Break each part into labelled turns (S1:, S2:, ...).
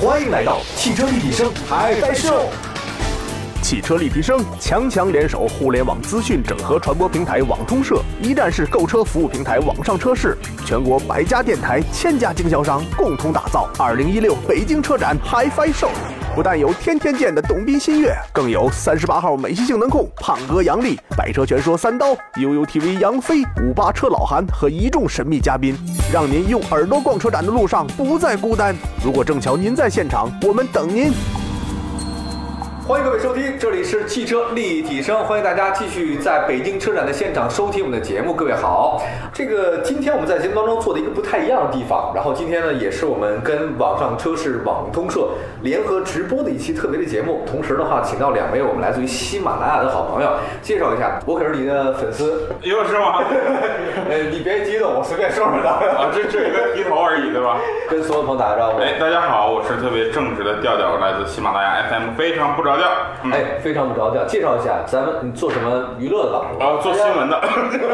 S1: 欢迎来到汽车立体声海带秀。
S2: 汽车立体声强强联手互联网资讯整合传播平台网通社，一站式购车服务平台网上车市，全国百家电台、千家经销商共同打造2016北京车展 HiFi 秀。不但有天天见的董斌、新月，更有三十八号美系性能控、胖哥杨丽、百车全说三刀、UUTV 杨飞、五八车老韩和一众神秘嘉宾，让您用耳朵逛车展的路上不再孤单。如果正巧您在现场，我们等您。
S1: 欢迎各位收听，这里是汽车立体声，欢迎大家继续在北京车展的现场收听我们的节目。各位好，这个今天我们在节目当中做的一个不太一样的地方，然后今天呢也是我们跟网上车市网通社联合直播的一期特别的节目，同时的话请到两位我们来自于喜马拉雅的好朋友，介绍一下，我可是你的粉丝，
S3: 又是 吗？
S1: 呃，你别激动，我随便说说的，
S3: 啊啊，这只是一个提头而已，对吧？
S1: 跟所有朋友打个招呼。
S3: 哎，大家好，我是特别正直的调调，来自喜马拉雅 FM，非常不着调。嗯，
S1: 哎，非常不着调，介绍一下咱们你做什么娱乐的吧？
S3: 然后啊做新闻的，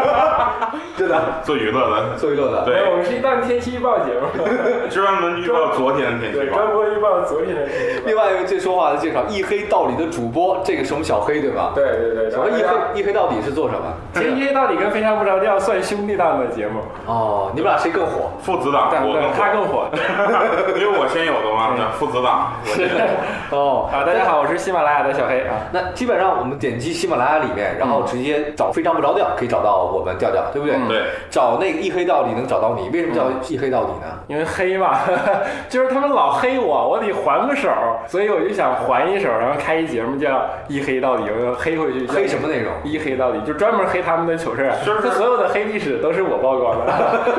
S1: 对的，
S3: 做娱乐的，
S1: 做娱乐的。
S4: 哎，
S3: 对，
S4: 我们是一档天气预报节目，
S3: 专门预报昨天的天
S4: 对，
S3: 气吧
S4: 专。播预报昨天的天气预
S1: 另外一位最说话的介绍一黑到底的主播，这个是我们小黑对吧
S4: 报。？对对对，
S1: 什么一
S4: 然后
S1: 黑一黑到底是做什么？
S4: 大家？天黑到底跟非常不着调算兄弟档的节目，
S1: 哦，你们俩谁更火？
S3: 父子档，
S4: 但
S3: 我跟
S4: 但他嗯更火。
S3: 我因为我先有的嘛，那父子档，我先有
S1: 哦
S4: 啊，大家。好，我是喜马拉雅的小黑啊。
S1: 那基本上我们点击喜马拉雅里面，然后直接找非常不着调，可以找到我们调调，对不对？
S3: 嗯对。
S1: 找那个一黑到底能找到你，为什么叫一黑到底呢？
S4: 因为黑嘛， 就是他们老黑我，我得还个手，所以我就想还一手，然后开一节目叫“一黑到底”，我就黑回去。
S1: 黑什么内容？
S4: 一黑到底，就专门黑他们的糗事儿。
S3: 是不是
S4: 这所有的黑历史都是我曝光的。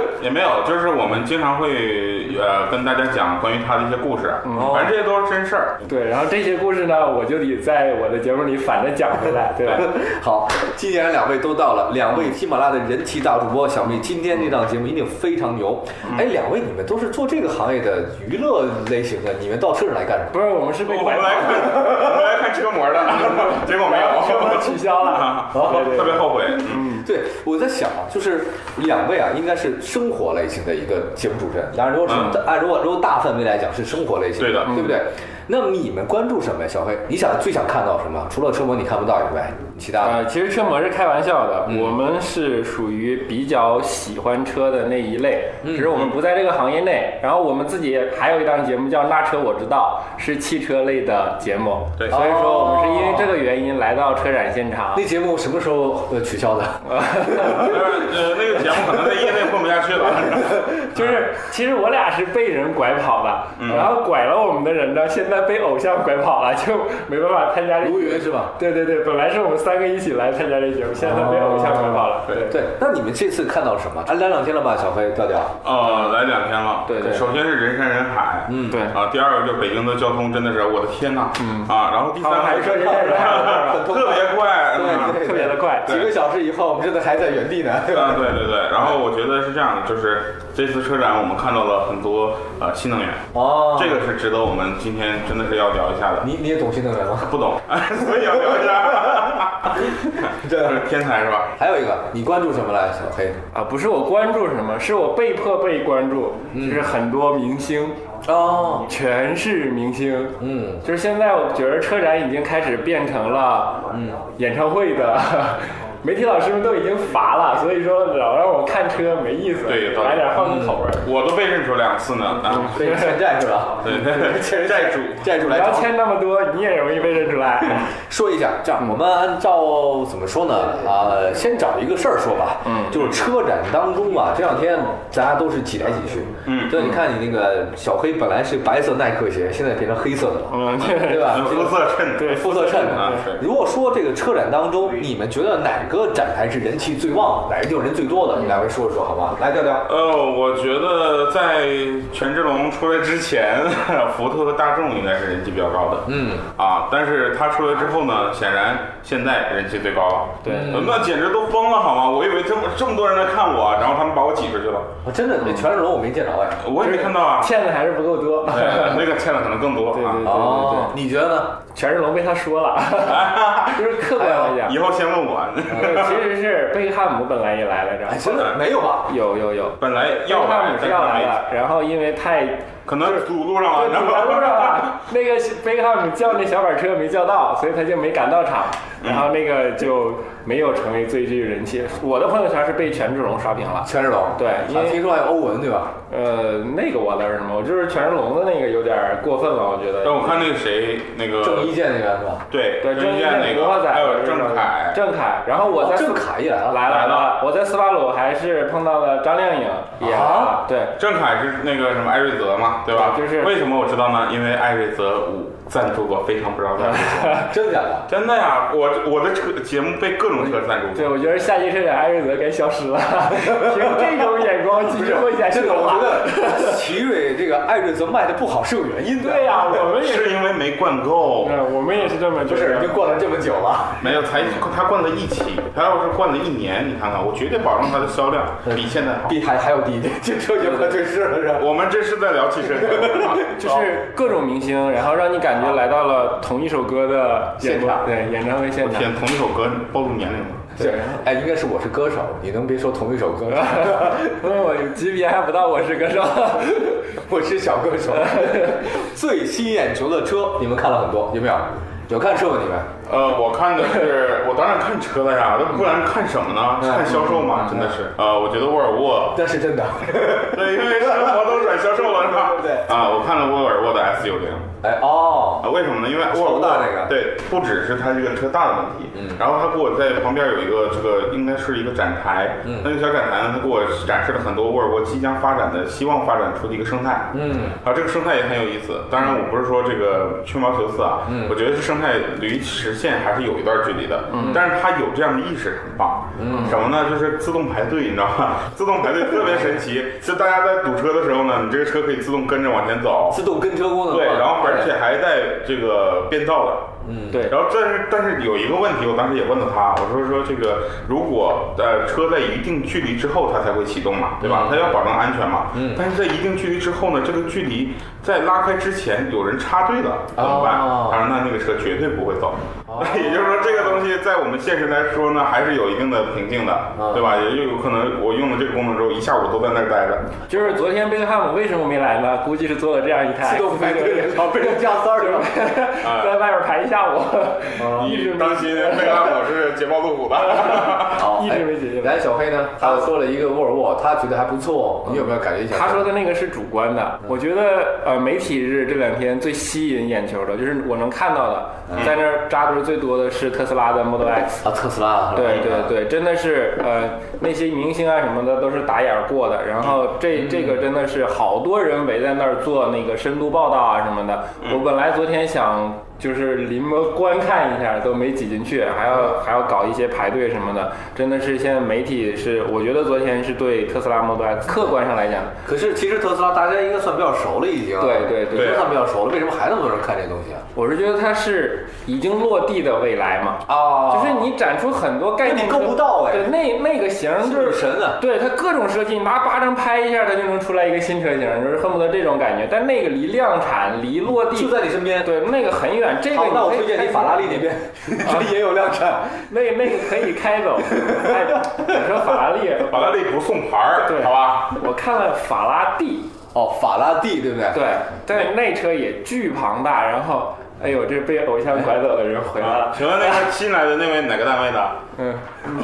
S3: 也没有，就是我们经常会呃跟大家讲关于他的一些故事，
S4: 嗯
S3: 反正这些都是真事儿。
S4: 对，然后这些故事呢，我就得在我的节目里反着讲回 来，对吧？
S1: 好，既然两位都到了，两位喜马拉雅的人气大主播，想必今天这档节目一定非常牛。哎，两位你们都是做这个行业的娱乐类型的，你们到车展来干什么？
S4: 不是，我们是被
S3: 我
S4: 拐
S3: 们来看，我们来看车模的，嗯结果没
S4: 车模取
S3: 有，啊
S4: 消了。对对
S3: 特别后悔。嗯。
S1: 对，我在想，啊，就是两位啊，应该是生活类型的一个节目主持人。当然，如果是
S3: 嗯
S1: 按如果如果大范围来讲是生活类型，
S3: 对的
S1: 对不对？那你们关注什么呀，小黑？你想最想看到什么？除了车模你看不到以外，其他的
S4: 呃，其实车模是开玩笑的，
S1: 嗯
S4: 我们是属于比较喜欢车的那一类，
S1: 嗯
S4: 只是我们不在这个行业内。然后我们自己还有一档节目叫《拉车我知道》，是汽车类的节目。
S3: 对
S4: 所以说我们是因为
S1: 哦
S4: 这个原因来到车展现场
S1: 那。节目什么时候呃取消的？
S3: 呃，那个节目可能在业内混不下去了。
S4: 就是，其实我俩是被人拐跑的，然后拐了我们的人呢，现在被偶像拐跑了，就没办法参加这。
S1: 卢云是吧？
S4: 对对对，本来是我们三个一起来参加这节目，现在被偶像拐跑了。对。
S1: 对，那你们这次看到什么？啊，来两天了吧，小黑调调。
S3: 呃，来两天了。
S4: 对对
S3: 首先是人山人海。
S1: 嗯
S4: 对
S3: 啊，第二个就是北京的交通真的是，我的天呐。嗯。啊，然后第三
S4: 好，
S3: 个
S4: 还是说人家人家有事儿 吧
S1: 很痛
S3: 特别快。嗯
S1: 对
S4: 特别的快
S1: 几个小时以后，我们真的还在原地呢，对吧？
S3: 啊，对对对，然后我觉得是这样的，就是这次车展我们看到了很多呃新能源，
S1: 哦，
S3: 这个是值得我们今天真的是要聊一下的。
S1: 你你也懂新能源吗？
S3: 不懂， 所以要聊一 下。
S1: 对
S3: 是天才是吧？
S1: 还有一个，你关注什么了，小黑？
S4: 啊，不是我关注什么，是我被迫被关注，
S3: 嗯
S4: 就是很多明星，
S1: 哦，
S4: 全是明星。
S1: 嗯，
S4: 就是现在，我觉得车展已经开始变成了
S3: 嗯
S4: 演唱会的， 媒体老师们都已经乏了，所以说老让我看车没意思，
S3: 对有道理嗯
S4: 来点换个口味儿。
S3: 我都被认出两次呢啊！
S1: 被人欠债是吧？
S3: 对对，债主。
S1: 债主
S4: 不
S1: 来
S4: 要
S1: 找你
S4: 签那么多，你也容易被认出来。
S1: 说一下，这样我们按照怎么说呢？啊、先找一个事儿说吧。嗯，就是车展当中啊，这两天大家都是挤来挤去。
S3: 嗯
S1: 对，你看你那个小黑本来是白色耐克鞋，现在变成黑色的了，
S4: 嗯，
S1: 对吧？这
S3: 肤
S1: 个
S3: 色衬。
S4: 对
S1: 肤色衬
S3: 啊是
S1: 如果说这个车展当中，你们觉得哪个展台是人气最旺、哪个地方人最多的？你两位说一说好吗？来，调调。
S3: 呃，我觉得在权志龙出来之前， 福特和大众应该是人气比较高的。
S1: 嗯，
S3: 啊，但是他出来之后呢，显然现在人气最高了。
S4: 对
S3: 嗯那简直都疯了好吗？我以为这么这么多人来看我，啊
S1: 哦
S3: 然后他们把我挤出去了，
S1: 我真的，全是龙我没见着哎。
S3: 我也没看到啊。
S4: 欠的还是不够多。
S3: 对，没这个欠的可能更多
S4: 对对
S3: 啊。
S1: 哦，你觉得呢？
S4: 权志龙被他 说了，就是客观来讲，
S3: 以后先问我，
S4: 呃其实是贝克汉姆本来也来来
S1: 哎，
S4: 着，
S1: 真的没有吧？
S4: 有有有，
S3: 本来
S4: 贝
S3: 要啊
S4: 克汉
S3: 来
S4: 姆，是
S3: 但
S4: 要
S3: 可能
S4: 来
S3: 没
S4: 的，然后因为太
S3: 可能堵路上了，
S4: 就
S3: 你知
S4: 堵在
S3: 道
S4: 路上啊
S3: 吗？
S4: 了，那个贝克汉姆叫那小板车没叫到，所以他就没赶到场，然后那个就没有成为最具人气。我的朋友圈是被权志龙刷屏了。
S1: 权志龙，
S4: 对因为
S1: 啊听说还有欧文对吧？
S4: 呃，那个我倒是什么，我就是权志龙的那个有点过分了，我觉得
S3: 但。我看那个谁，那个
S1: 郑伊健那边是吧？
S3: 对
S4: 对，
S3: 郑
S4: 郑
S3: 伊
S4: 伊
S3: 健
S4: 健
S3: 那
S4: 国
S3: 个，
S4: 仔
S3: 还有郑恺，
S4: 郑恺，然后我在
S1: 哦
S4: 斯
S1: 郑恺也来了，
S4: 来
S3: 来了
S4: 了了，我在斯巴鲁还是碰到了张靓颖，也来
S1: 啊
S4: 了，对，
S3: 郑恺是那个什么艾瑞泽嘛，对吧？
S4: 对就是
S3: 为什么我知道呢？因为艾瑞泽五赞助过，非常不知道赞助过。
S1: 真假的？
S3: 真的呀，我我的车节目被各种车赞助
S4: 对，
S3: 过。
S4: 我觉得夏季车展艾瑞泽该消失了， 凭这种眼光继续混下去
S1: 真的，
S4: 的
S1: 我觉
S4: 话，
S1: 得奇瑞这个艾瑞泽卖的不好是有原因的。
S4: 对呀、我们也是，
S3: 是因为没灌够，
S4: 嗯，我们也是这么
S1: 不
S4: 就是
S1: 已经过了这么久 了，
S3: 没有才他灌了一期，他要是灌了一年，你看看，我绝对保证他的销量比现在好。
S1: 比还还有低一点，这车就快退市了是吧？
S3: 我们这是在聊汽车节 目吗，
S4: 就是各种明星，然后让你感觉来到了同一首歌的演
S1: 现
S4: 播
S1: 场
S4: 对，演唱会现场。
S3: 天，同一首歌暴露年龄了。
S1: 对，哎，应该是我是歌手，你能别说同一首 歌？
S4: 因为我级别还不到我是歌手，
S1: 我是小歌手。 最吸引眼球的车，你们看了很多，有没有？有看车吗？你们？
S3: 呃，我看的 是，我当然看车了呀，那不然看什么
S1: 嗯
S3: 呢？看销售嘛，真的是。呃，我觉得沃尔 沃，
S1: 那是真的。？
S3: 对，因为生活都转销售了，是吧
S1: 对
S3: 啊，我看了沃尔沃的 S 9 0
S1: 哎哦，
S3: 啊，为什么呢？因为沃
S1: 超
S3: 尔沃
S1: 大那个
S3: 对，不只是它这个车大的问题，嗯，然后他给我在旁边有一个这个应该是一个展台，嗯，那个小展台呢，他给我展示了很多沃尔沃即将发展的、希望发展出的一个生态，嗯，啊，这个生态也很有意思。当然，我不是说这个吹毛求疵啊，嗯，我觉得这生态离实现还是有一段距离的，嗯，但是它有这样的意识很棒，嗯，什么呢？就是自动排队，你知道吗？自动排队特别神奇，就大家在堵车的时候呢，你这个车可以自动跟着往前走，
S1: 自动跟车功能。
S3: 对，然后而且还带这个变道的。嗯
S4: 对
S3: 然后但是但是有一个问题，我当时也问了他，我说说这个如果呃车在一定距离之后它才会启动嘛，对吧？它要保证安全嘛。嗯。但是在一定距离之后呢，这个距离在拉开之前有人插队了怎么办？
S1: 哦
S3: 他说那那个车绝对不会走。 也就是说，这个东西在我们现实来说呢，还是有一定的瓶颈的，对吧？也就有可能我用了这个功能之后，一下午都在那儿待着。
S4: 就是昨天贝克汉姆为什么没来呢？估计是做了这样一台
S1: 哎自 动啊排队，然后被人加塞儿了。
S4: 在外边排一下午，
S1: 哦
S4: 一直没
S3: 当心贝拉姆是捷豹路虎的。
S1: 好，
S4: 一直没解决
S1: 哎来，小黑呢？他说了一个沃尔沃，他觉得还不错，你有没有感觉一下？
S4: 他说的那个是主观的，
S1: 嗯
S4: 我觉得呃，媒体日这两天最吸引眼球的，就是我能看到的，
S1: 嗯
S4: 在那儿扎堆最多的是特斯拉 的 Model X。
S1: 啊，特斯拉。
S4: 对对对，真的是呃，那些明星啊什么的都是打眼儿过的。然后
S1: 嗯
S4: 这这个真的是好多人围在那儿做那个深度报道啊什么的。
S1: 嗯
S4: 我本来昨天想就是临摹观看一下，都没挤进去，还要
S1: 嗯
S4: 还要搞一些排队什么的。真的是现在媒体是，我觉得昨天是对特斯拉 Model X 客观上来讲，
S1: 可是其实特斯拉大家应该算比较熟了，已经。
S4: 对对对
S1: 已经算比较熟了，为什么还那么多人看这东西啊？
S4: 我是觉得它是已经落地的未来嘛。
S1: 啊
S4: 就是你展出很多概念，
S1: 那你够不到哎
S4: 对，那那个型儿就是
S1: 女神啊
S4: 对它各种设计，拿巴掌拍一下，它就能出来一个新车型，就是恨不得这种感觉。但那个离量产、离落地
S1: 就在你身边。
S4: 对那个很远，这个
S1: 好，
S4: 你
S1: 那我
S4: 可以
S1: 推荐
S4: 开
S1: 你法拉利那边，这也有量产。
S4: 那那个可以开走。哎，你说法拉利，
S3: 法拉利不送牌儿，
S4: 对
S3: 好吧？
S4: 我看了法拉第，
S1: 哦，法拉第对不对？
S4: 对，但那车也巨庞大，然后。哎呦，这被偶像拐走的人回来了。
S3: 请问那个新来的那位哪个单位的？
S4: 嗯，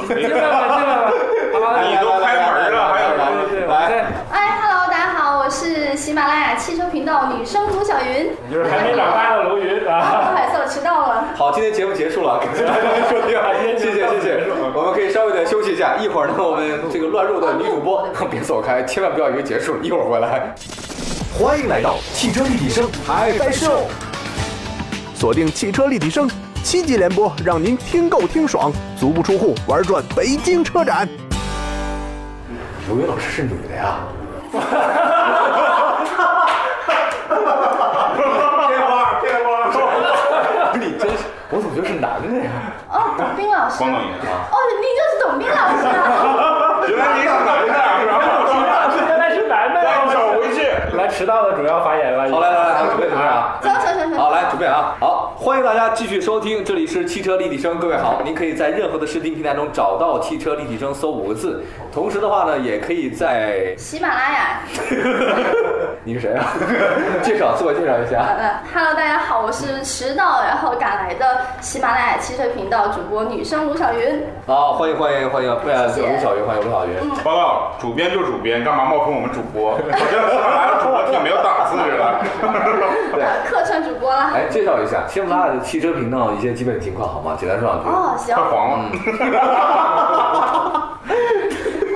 S4: 进来吧，进来吧。好吧
S3: 你都开门了，还有什么？
S4: 对对，我
S1: 来
S4: 在
S5: 哎，Hello，大家好，我是喜马拉雅汽车频道女生卢小云。
S4: 就是还没长大的卢云
S5: 啊，不
S4: 啊。
S5: 好意思，我迟到了。
S1: 好，今天节目结束了，感谢大家收听，谢谢谢谢。我们可以稍微的休息一下，一会儿呢，我们这个乱入的女主播别走开，千万不要以为结束了，一会儿回来。
S2: 欢迎来到汽车立体声嗨翻秀，锁定汽车立体声，七级联播，让您听够听爽，足不出户玩转北京车展。
S1: 刘云老师是女的呀？
S3: 片花，片花，
S1: 你真是，我怎么觉得是男的呀？
S5: 哦，董斌 老师。
S3: 光总
S5: 哦，
S3: 爷啊！
S5: 你就是董斌老师啊。
S3: 原来你是哪个啊？然后我说
S4: 原来是男的啊
S3: 我
S4: 呀！
S3: 找回去。
S4: 来迟到的主要发言了。
S1: 好，来来来，咱们准备准备啊欢迎大家继续收听，这里是汽车立体声。各位好，您可以在任何的视听平台中找到“汽车立体声”，搜五个字。同时的话呢，也可以在
S5: 喜马拉雅。
S1: 你是谁啊？ 介绍，自我介绍一
S5: 好
S1: 下。
S5: 的，Hello，大家好，我是迟到然后赶来的喜马拉雅汽车频道主播女生吴小云。
S1: 好，欢迎欢迎欢迎，呃，
S5: 谢谢
S1: 卢小云，欢迎卢小云。
S3: 报告，主编就主编，干嘛冒充我们主播？好像喜马拉雅主播挺没有档次似的。
S1: 对，
S5: 呃客串主播啦。
S1: 哎，介绍一下喜马拉雅的汽车频道一些基本情况好吗？简单说两句。
S5: 哦，行
S3: 太，黄了，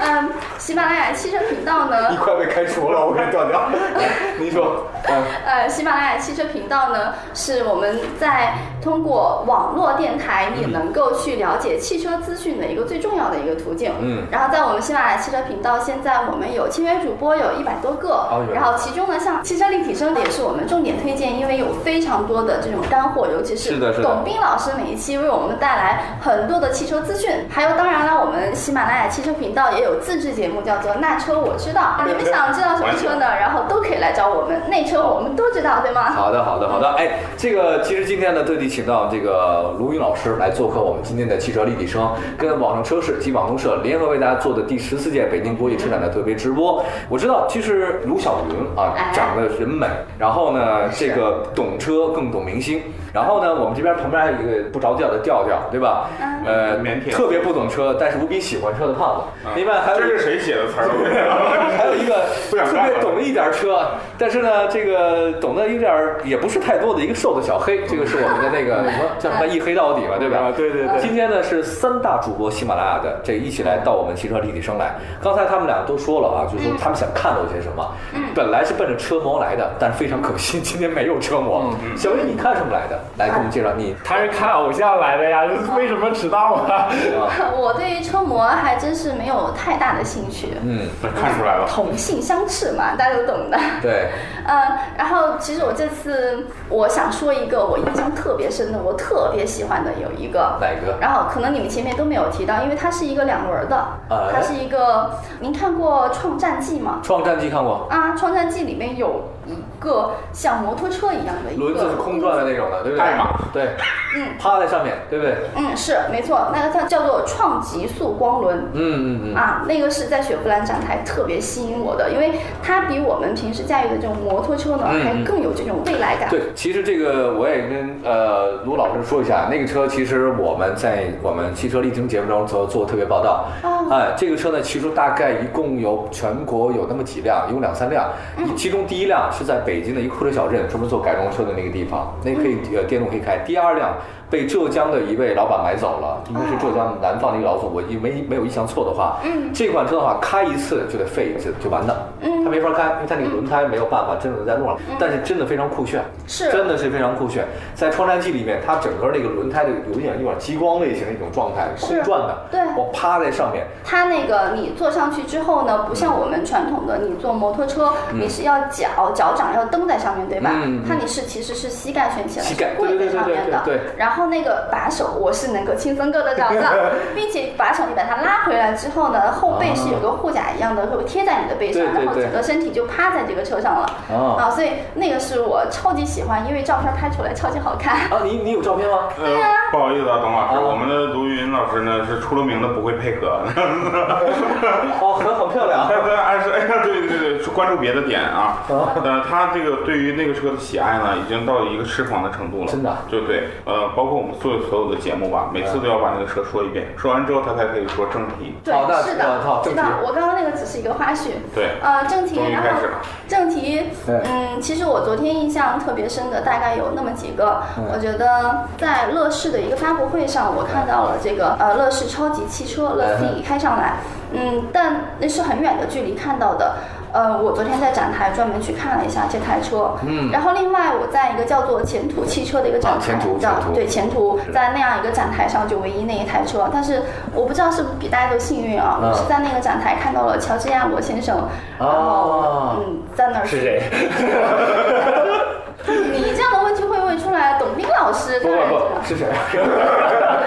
S5: 嗯，喜马拉雅汽车频道
S1: 你
S5: 呢，
S1: 快被开除了，我给你断掉。 您说，嗯，
S5: 呃，喜马拉雅汽车频道呢，是我们在通过网络电台，
S1: 嗯
S5: 你能够去了解汽车资讯的一个最重要的一个途径。
S1: 嗯
S5: 然后在我们喜马拉雅汽车频道，现在我们有签约主播有一百多个
S1: 哦，有
S5: 然后其中呢，像汽车立体声也是我们重点推荐，因为有非常多的这种干货，尤其
S1: 是的是的
S5: 董斌老师每一期为我们带来很多的汽车资讯，还有当然了，我们喜马拉雅汽车频道也有自制节目叫做《那车我知道》，啊你们想知道什么车呢？然后都可以来找我们，那车我们都知道，对吗？
S1: 好的，好的，好的。哎，这个其实今天呢，特地请到这个卢云老师来做客我们今天的汽车立体声，跟网上车市及网通社联合为大家做的第十四届北京国际车展的特别直播。我知道，其实卢晓云啊
S5: 哎，
S1: 长得人美，然后呢，这
S5: 是
S1: 个懂车更懂明星。然后呢，我们这边旁边还有一个不着调的调调，对吧？
S5: 嗯
S1: 呃，
S3: 腼腆
S1: 特别不懂车，但是无比喜欢车的胖子。另外还有
S3: 嗯这
S1: 一个
S3: 是谁写的词儿？我跟你说
S1: 还有一个
S3: 不想
S1: 特
S3: 干
S1: 别
S3: 了
S1: 懂一点车，但是呢，这个懂得一点儿也不是太多的一个瘦的小黑，这个是我们的那个什么叫什么一黑到底嘛，对吧？
S4: 啊对对对
S1: 今天呢是三大主播喜马拉雅的这一起来到我们汽车立体声来。刚才他们俩都说了啊，就是说他们想看到些什么。本来是奔着车模来的，但是非常可惜今天没有车模。小薇，你看什么来的？来给我们介绍你。
S4: 他是看偶像来的呀，为什么迟到啊？
S5: 我对于车模还真是没有太大的兴趣，
S1: 嗯，
S3: 看出来了，
S5: 同性相斥嘛，大家都懂的。
S1: 对，
S5: 嗯，然后其实我这次我想说一个我印象特别深的，我特别喜欢的有一个，
S1: 哪个？
S5: 然后可能你们前面都没有提到，因为它是一个两轮儿的
S1: 哎，
S5: 它是一个，您看过《创战记》吗？
S1: 《创战记》看过，
S5: 啊，《创战记》里面有一个像摩托车一样的一个
S1: 轮子是空转的那种的，对不对？
S3: 爱玛
S1: 对，
S5: 嗯
S1: 趴在上面，对不对？
S5: 嗯，是没错，那个它叫做创极速光轮。
S1: 嗯嗯嗯。
S5: 啊，那个是在雪佛兰展台特别吸引我的，因为它比我们平时驾驭的这种摩托车呢，
S1: 嗯嗯
S5: 还更有这种未来感。
S1: 对，其实这个我也跟呃卢老师说一下，那个车其实我们在我们汽车力听节目中做做特别报道。
S5: 哦
S1: 哎，这个车呢，其实大概一共有全国有那么几辆，一共两三辆。
S5: 嗯
S1: 其中第一辆是在北京的一个库车小镇，专门做改装车的那个地方，那可以、
S5: 嗯
S1: 呃电动可以开。第二辆被浙江的一位老板买走了，应该是浙江南方的一个老总，我一没没有印象错的话，
S5: 哦嗯
S1: 这款车的话开一次就得废一次就完蛋，
S5: 嗯
S1: 它没法开，因为它那个轮胎没有办法真的在路上，但是真的非常酷炫。
S5: 是
S1: 真的是非常酷炫。在《创战记》里面，它整个那个轮胎的有点有点激光类型的一种状态，
S5: 是
S1: 空转的，
S5: 对
S1: 我趴在上面，
S5: 它那个你坐上去之后呢，不像我们传统的你坐摩托车，你是要脚脚掌要蹬在上面对吧？
S1: 嗯嗯嗯
S5: 它你是其实是膝盖悬起来，
S1: 膝盖
S5: 是跪
S1: 对对
S5: 在上
S1: 对对
S5: 面的。
S1: 对对
S5: 然后那个把手我是能够轻松够得着 的，并且把手你把它拉回来之后呢，后背是有个护甲一样的，会贴在你的背上，
S1: 对对
S5: 然后
S1: 对
S5: 整个身体就趴在这个车上了。
S1: 哦
S5: 啊，所以那个是我超级喜欢，因为照片拍出来超级好看。
S1: 啊，你你有照片吗？
S3: 呃，不好意思啊，董老师，
S1: 啊
S3: 我们的卢云老师呢是出了名的不会配合。
S1: 哦，很好漂亮。
S3: 他他暗示，哎呀，对对对，去关注别的点啊。呃，他这个对于那个车的喜爱呢，已经到一个痴狂的程度了。
S1: 真的啊
S3: 对对，呃，包括我们做所有的节目吧，每次都要把那个车说一遍，说完之后他才可以说正题。
S5: 对
S1: 好那，
S5: 是
S1: 我操
S5: 的，
S1: 正
S5: 知道
S1: 题。
S5: 我刚刚那个只是一个花絮。
S3: 对
S5: 呃，正题
S3: 终，于
S5: 然后
S3: 开始了
S5: 正题，
S1: 对
S5: 嗯，其实我昨天印象特别深的大概有那么几个，
S1: 嗯
S5: 我觉得在乐视的一个发布会上，我看到了这个呃乐视超级汽车乐
S1: 嗯
S5: C 开上来，嗯，但那是很远的距离看到的。呃，我昨天在展台专门去看了一下这台车，嗯，然后另外我在一个叫做前途汽车的一个
S3: 哦
S5: 展
S1: 啊
S5: 台，
S1: 前途
S5: 知道
S1: 前途
S5: 对前途在那样一个展台上就唯一那一台车，但是我不知道是不是比大家都幸运啊，
S1: 嗯
S5: 我是在那个展台看到了乔治亚罗先生，然
S1: 哦
S5: 后嗯在那儿
S4: 是谁？
S5: 你这样的问题会问出来，董斌老师
S1: 不
S5: 当然
S1: 不
S5: 知
S1: 不，
S5: 道。
S1: 是谁？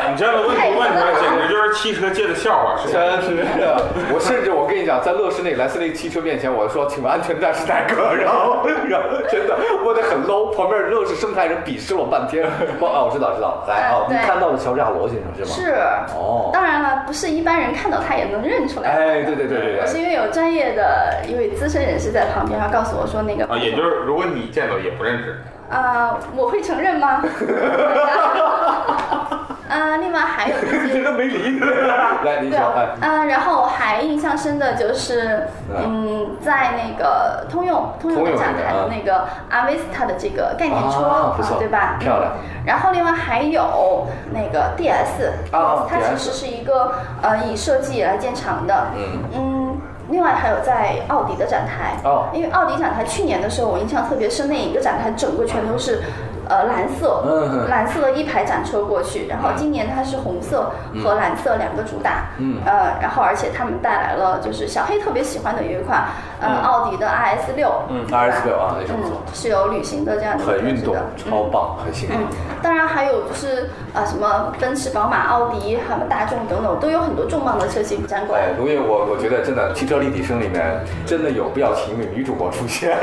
S3: 你这样的问题问出来，简直就是汽车界的笑话，是吧？
S1: 真的，我甚至我跟你讲，在乐视那个蓝斯那汽车面前，我说请问安全带是哪个？然后，然后真的我得很 low，旁边乐视生态人鄙视我半天。 哦，啊我知道知道，来
S5: 啊
S1: 哦，你
S5: 对
S1: 看到了乔治亚罗先生是吗？
S5: 是，
S1: 哦，
S5: 当然了，不是一般人看到他也能认出来。
S1: 哎，对对对对
S5: 我
S1: 对，
S5: 是因为有专业的一位资深人士在旁边，他告诉我说那个
S1: 哦
S3: 啊，也就是如果你见到也不认识，
S5: 啊、我会承认 吗？ 啊，另外还有一 些。
S3: 这没理你。
S1: 来您
S5: 对
S1: 说，哎啊
S5: 啊，，嗯、然后我还印象深的就是，嗯，在那个通用通用
S1: 通用
S5: 展
S1: 那个
S5: 台的
S1: 啊
S5: 那个阿维斯塔的这个概念车，
S1: 啊不错
S5: 对吧？
S1: 漂亮。
S5: 然后另外还有那个 DS，
S1: 啊
S5: 它
S1: DS
S5: 其实是一个呃以设计来见长的，
S1: 嗯
S5: 嗯另外还有在奥迪的展台，
S1: 哦
S5: 因为奥迪展台去年的时候，我印象特别深，那一个展台整个全都是，呃，蓝色，
S1: 嗯哼
S5: 蓝色的一排展车过去，然后今年它是红色和蓝色两个主打，
S1: 嗯
S5: 呃，然后而且他们带来了就是小黑特别喜欢的有一款，呃，
S1: 嗯
S5: 奥迪的 RS 六，嗯
S1: ，RS 六啊，那是不
S5: 嗯
S1: 错，，
S5: 是有旅行的这样的一个
S1: 很运
S5: 特质
S1: 动
S5: 的，
S1: 超棒，很性感
S5: 嗯。，当然还有就是啊、呃什么奔驰、宝马、奥迪，什么大众等等，都有很多重磅的车型展馆。
S1: 哎，卢烨，我我觉得真的，汽车立体声里面真的有必要请一位女主播出现，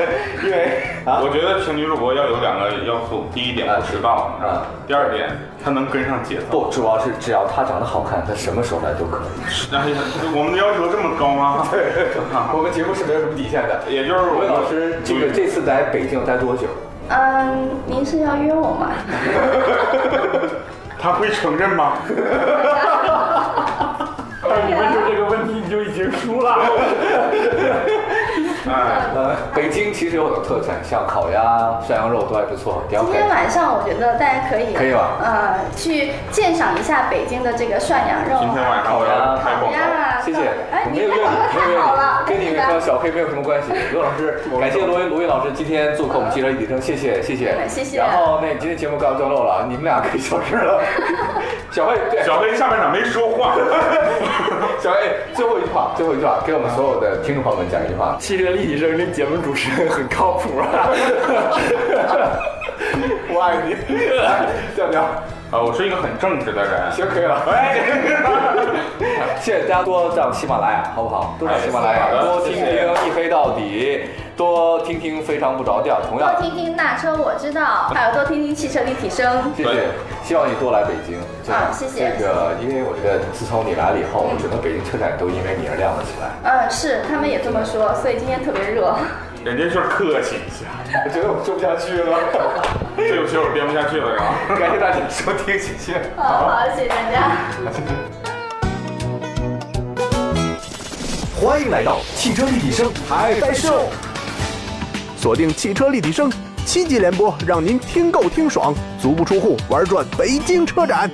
S1: 因为啊，
S3: 我觉得请女主播要有两个要素，第一点不迟到
S1: 啊，
S3: 第二点她能跟上节奏。
S1: 不，主要是只要她长得好看，她什么时候来都可以。
S3: 哎呀，我们的要求这么高吗？
S1: 我啊们节目是没有什么底线的。
S3: 也就是
S1: 罗
S3: 我
S1: 文老师，这个这次来北京待多久？
S5: 嗯，您是要约我吗？
S3: 他会承认吗？
S4: 当你问出这个问题，你就已经输了。
S3: 哎，
S1: 呃，北京其实有很多特产，像烤鸭、涮羊肉都还不错。你要
S5: 今
S1: 可以
S5: 天晚上我觉得大家可以
S1: 可以吧
S5: 呃，去鉴赏一下北京的这个涮羊肉啊。
S3: 今天晚上我要开广告。
S5: 呀，
S1: 谢谢，
S5: 哎
S1: 我，没
S5: 你
S1: 有怨
S5: 太好
S1: 你，没有怨
S5: 了，太好了，
S1: 你，跟你
S5: 真
S1: 们
S5: 的
S1: 说小黑没有什么关系。罗老师，感谢罗云罗云老师今天做客我们汽车立体声，谢谢谢谢
S5: 嗯谢谢
S1: 然后那今天节目告一段落了，你们俩可以消失 了。小黑对，
S3: 小黑下半场没说话，
S1: 小黑最后一句话，最后一句话，给我们所有的听众朋友们讲一句 话。
S4: 汽车立体声这节目主持人很靠谱啊。
S1: 我爱你， 调调，
S3: 啊，我是一个很正直的人。
S1: 行可以了。
S3: 哎
S1: 谢谢大家多上喜马拉雅，好不好？多上喜马拉雅，
S3: 哎
S1: 多听听
S3: 谢谢
S1: 一黑到底，多听听非常不着调。同样
S5: 多，听听那车我知道，还有多听听汽车立体声。
S1: 谢谢
S3: 对，
S1: 希望你多来北京。真的
S5: 啊谢谢
S1: 这个，因为我觉得自从你来了以后，整个北京车展都因为你而亮了起来。
S5: 嗯，是，他们也这么说，所以今天特别热。
S3: 人家就是客气一下，
S1: 我觉得我说不下去了，
S3: 这有些我编不下去了，是吧？
S1: 感谢大家收听，谢谢。
S5: 好 好，谢谢大家。
S2: 欢迎来到汽车立体声海带秀，锁定汽车立体声，七级联播，让您听够听爽，足不出户玩转北京车展。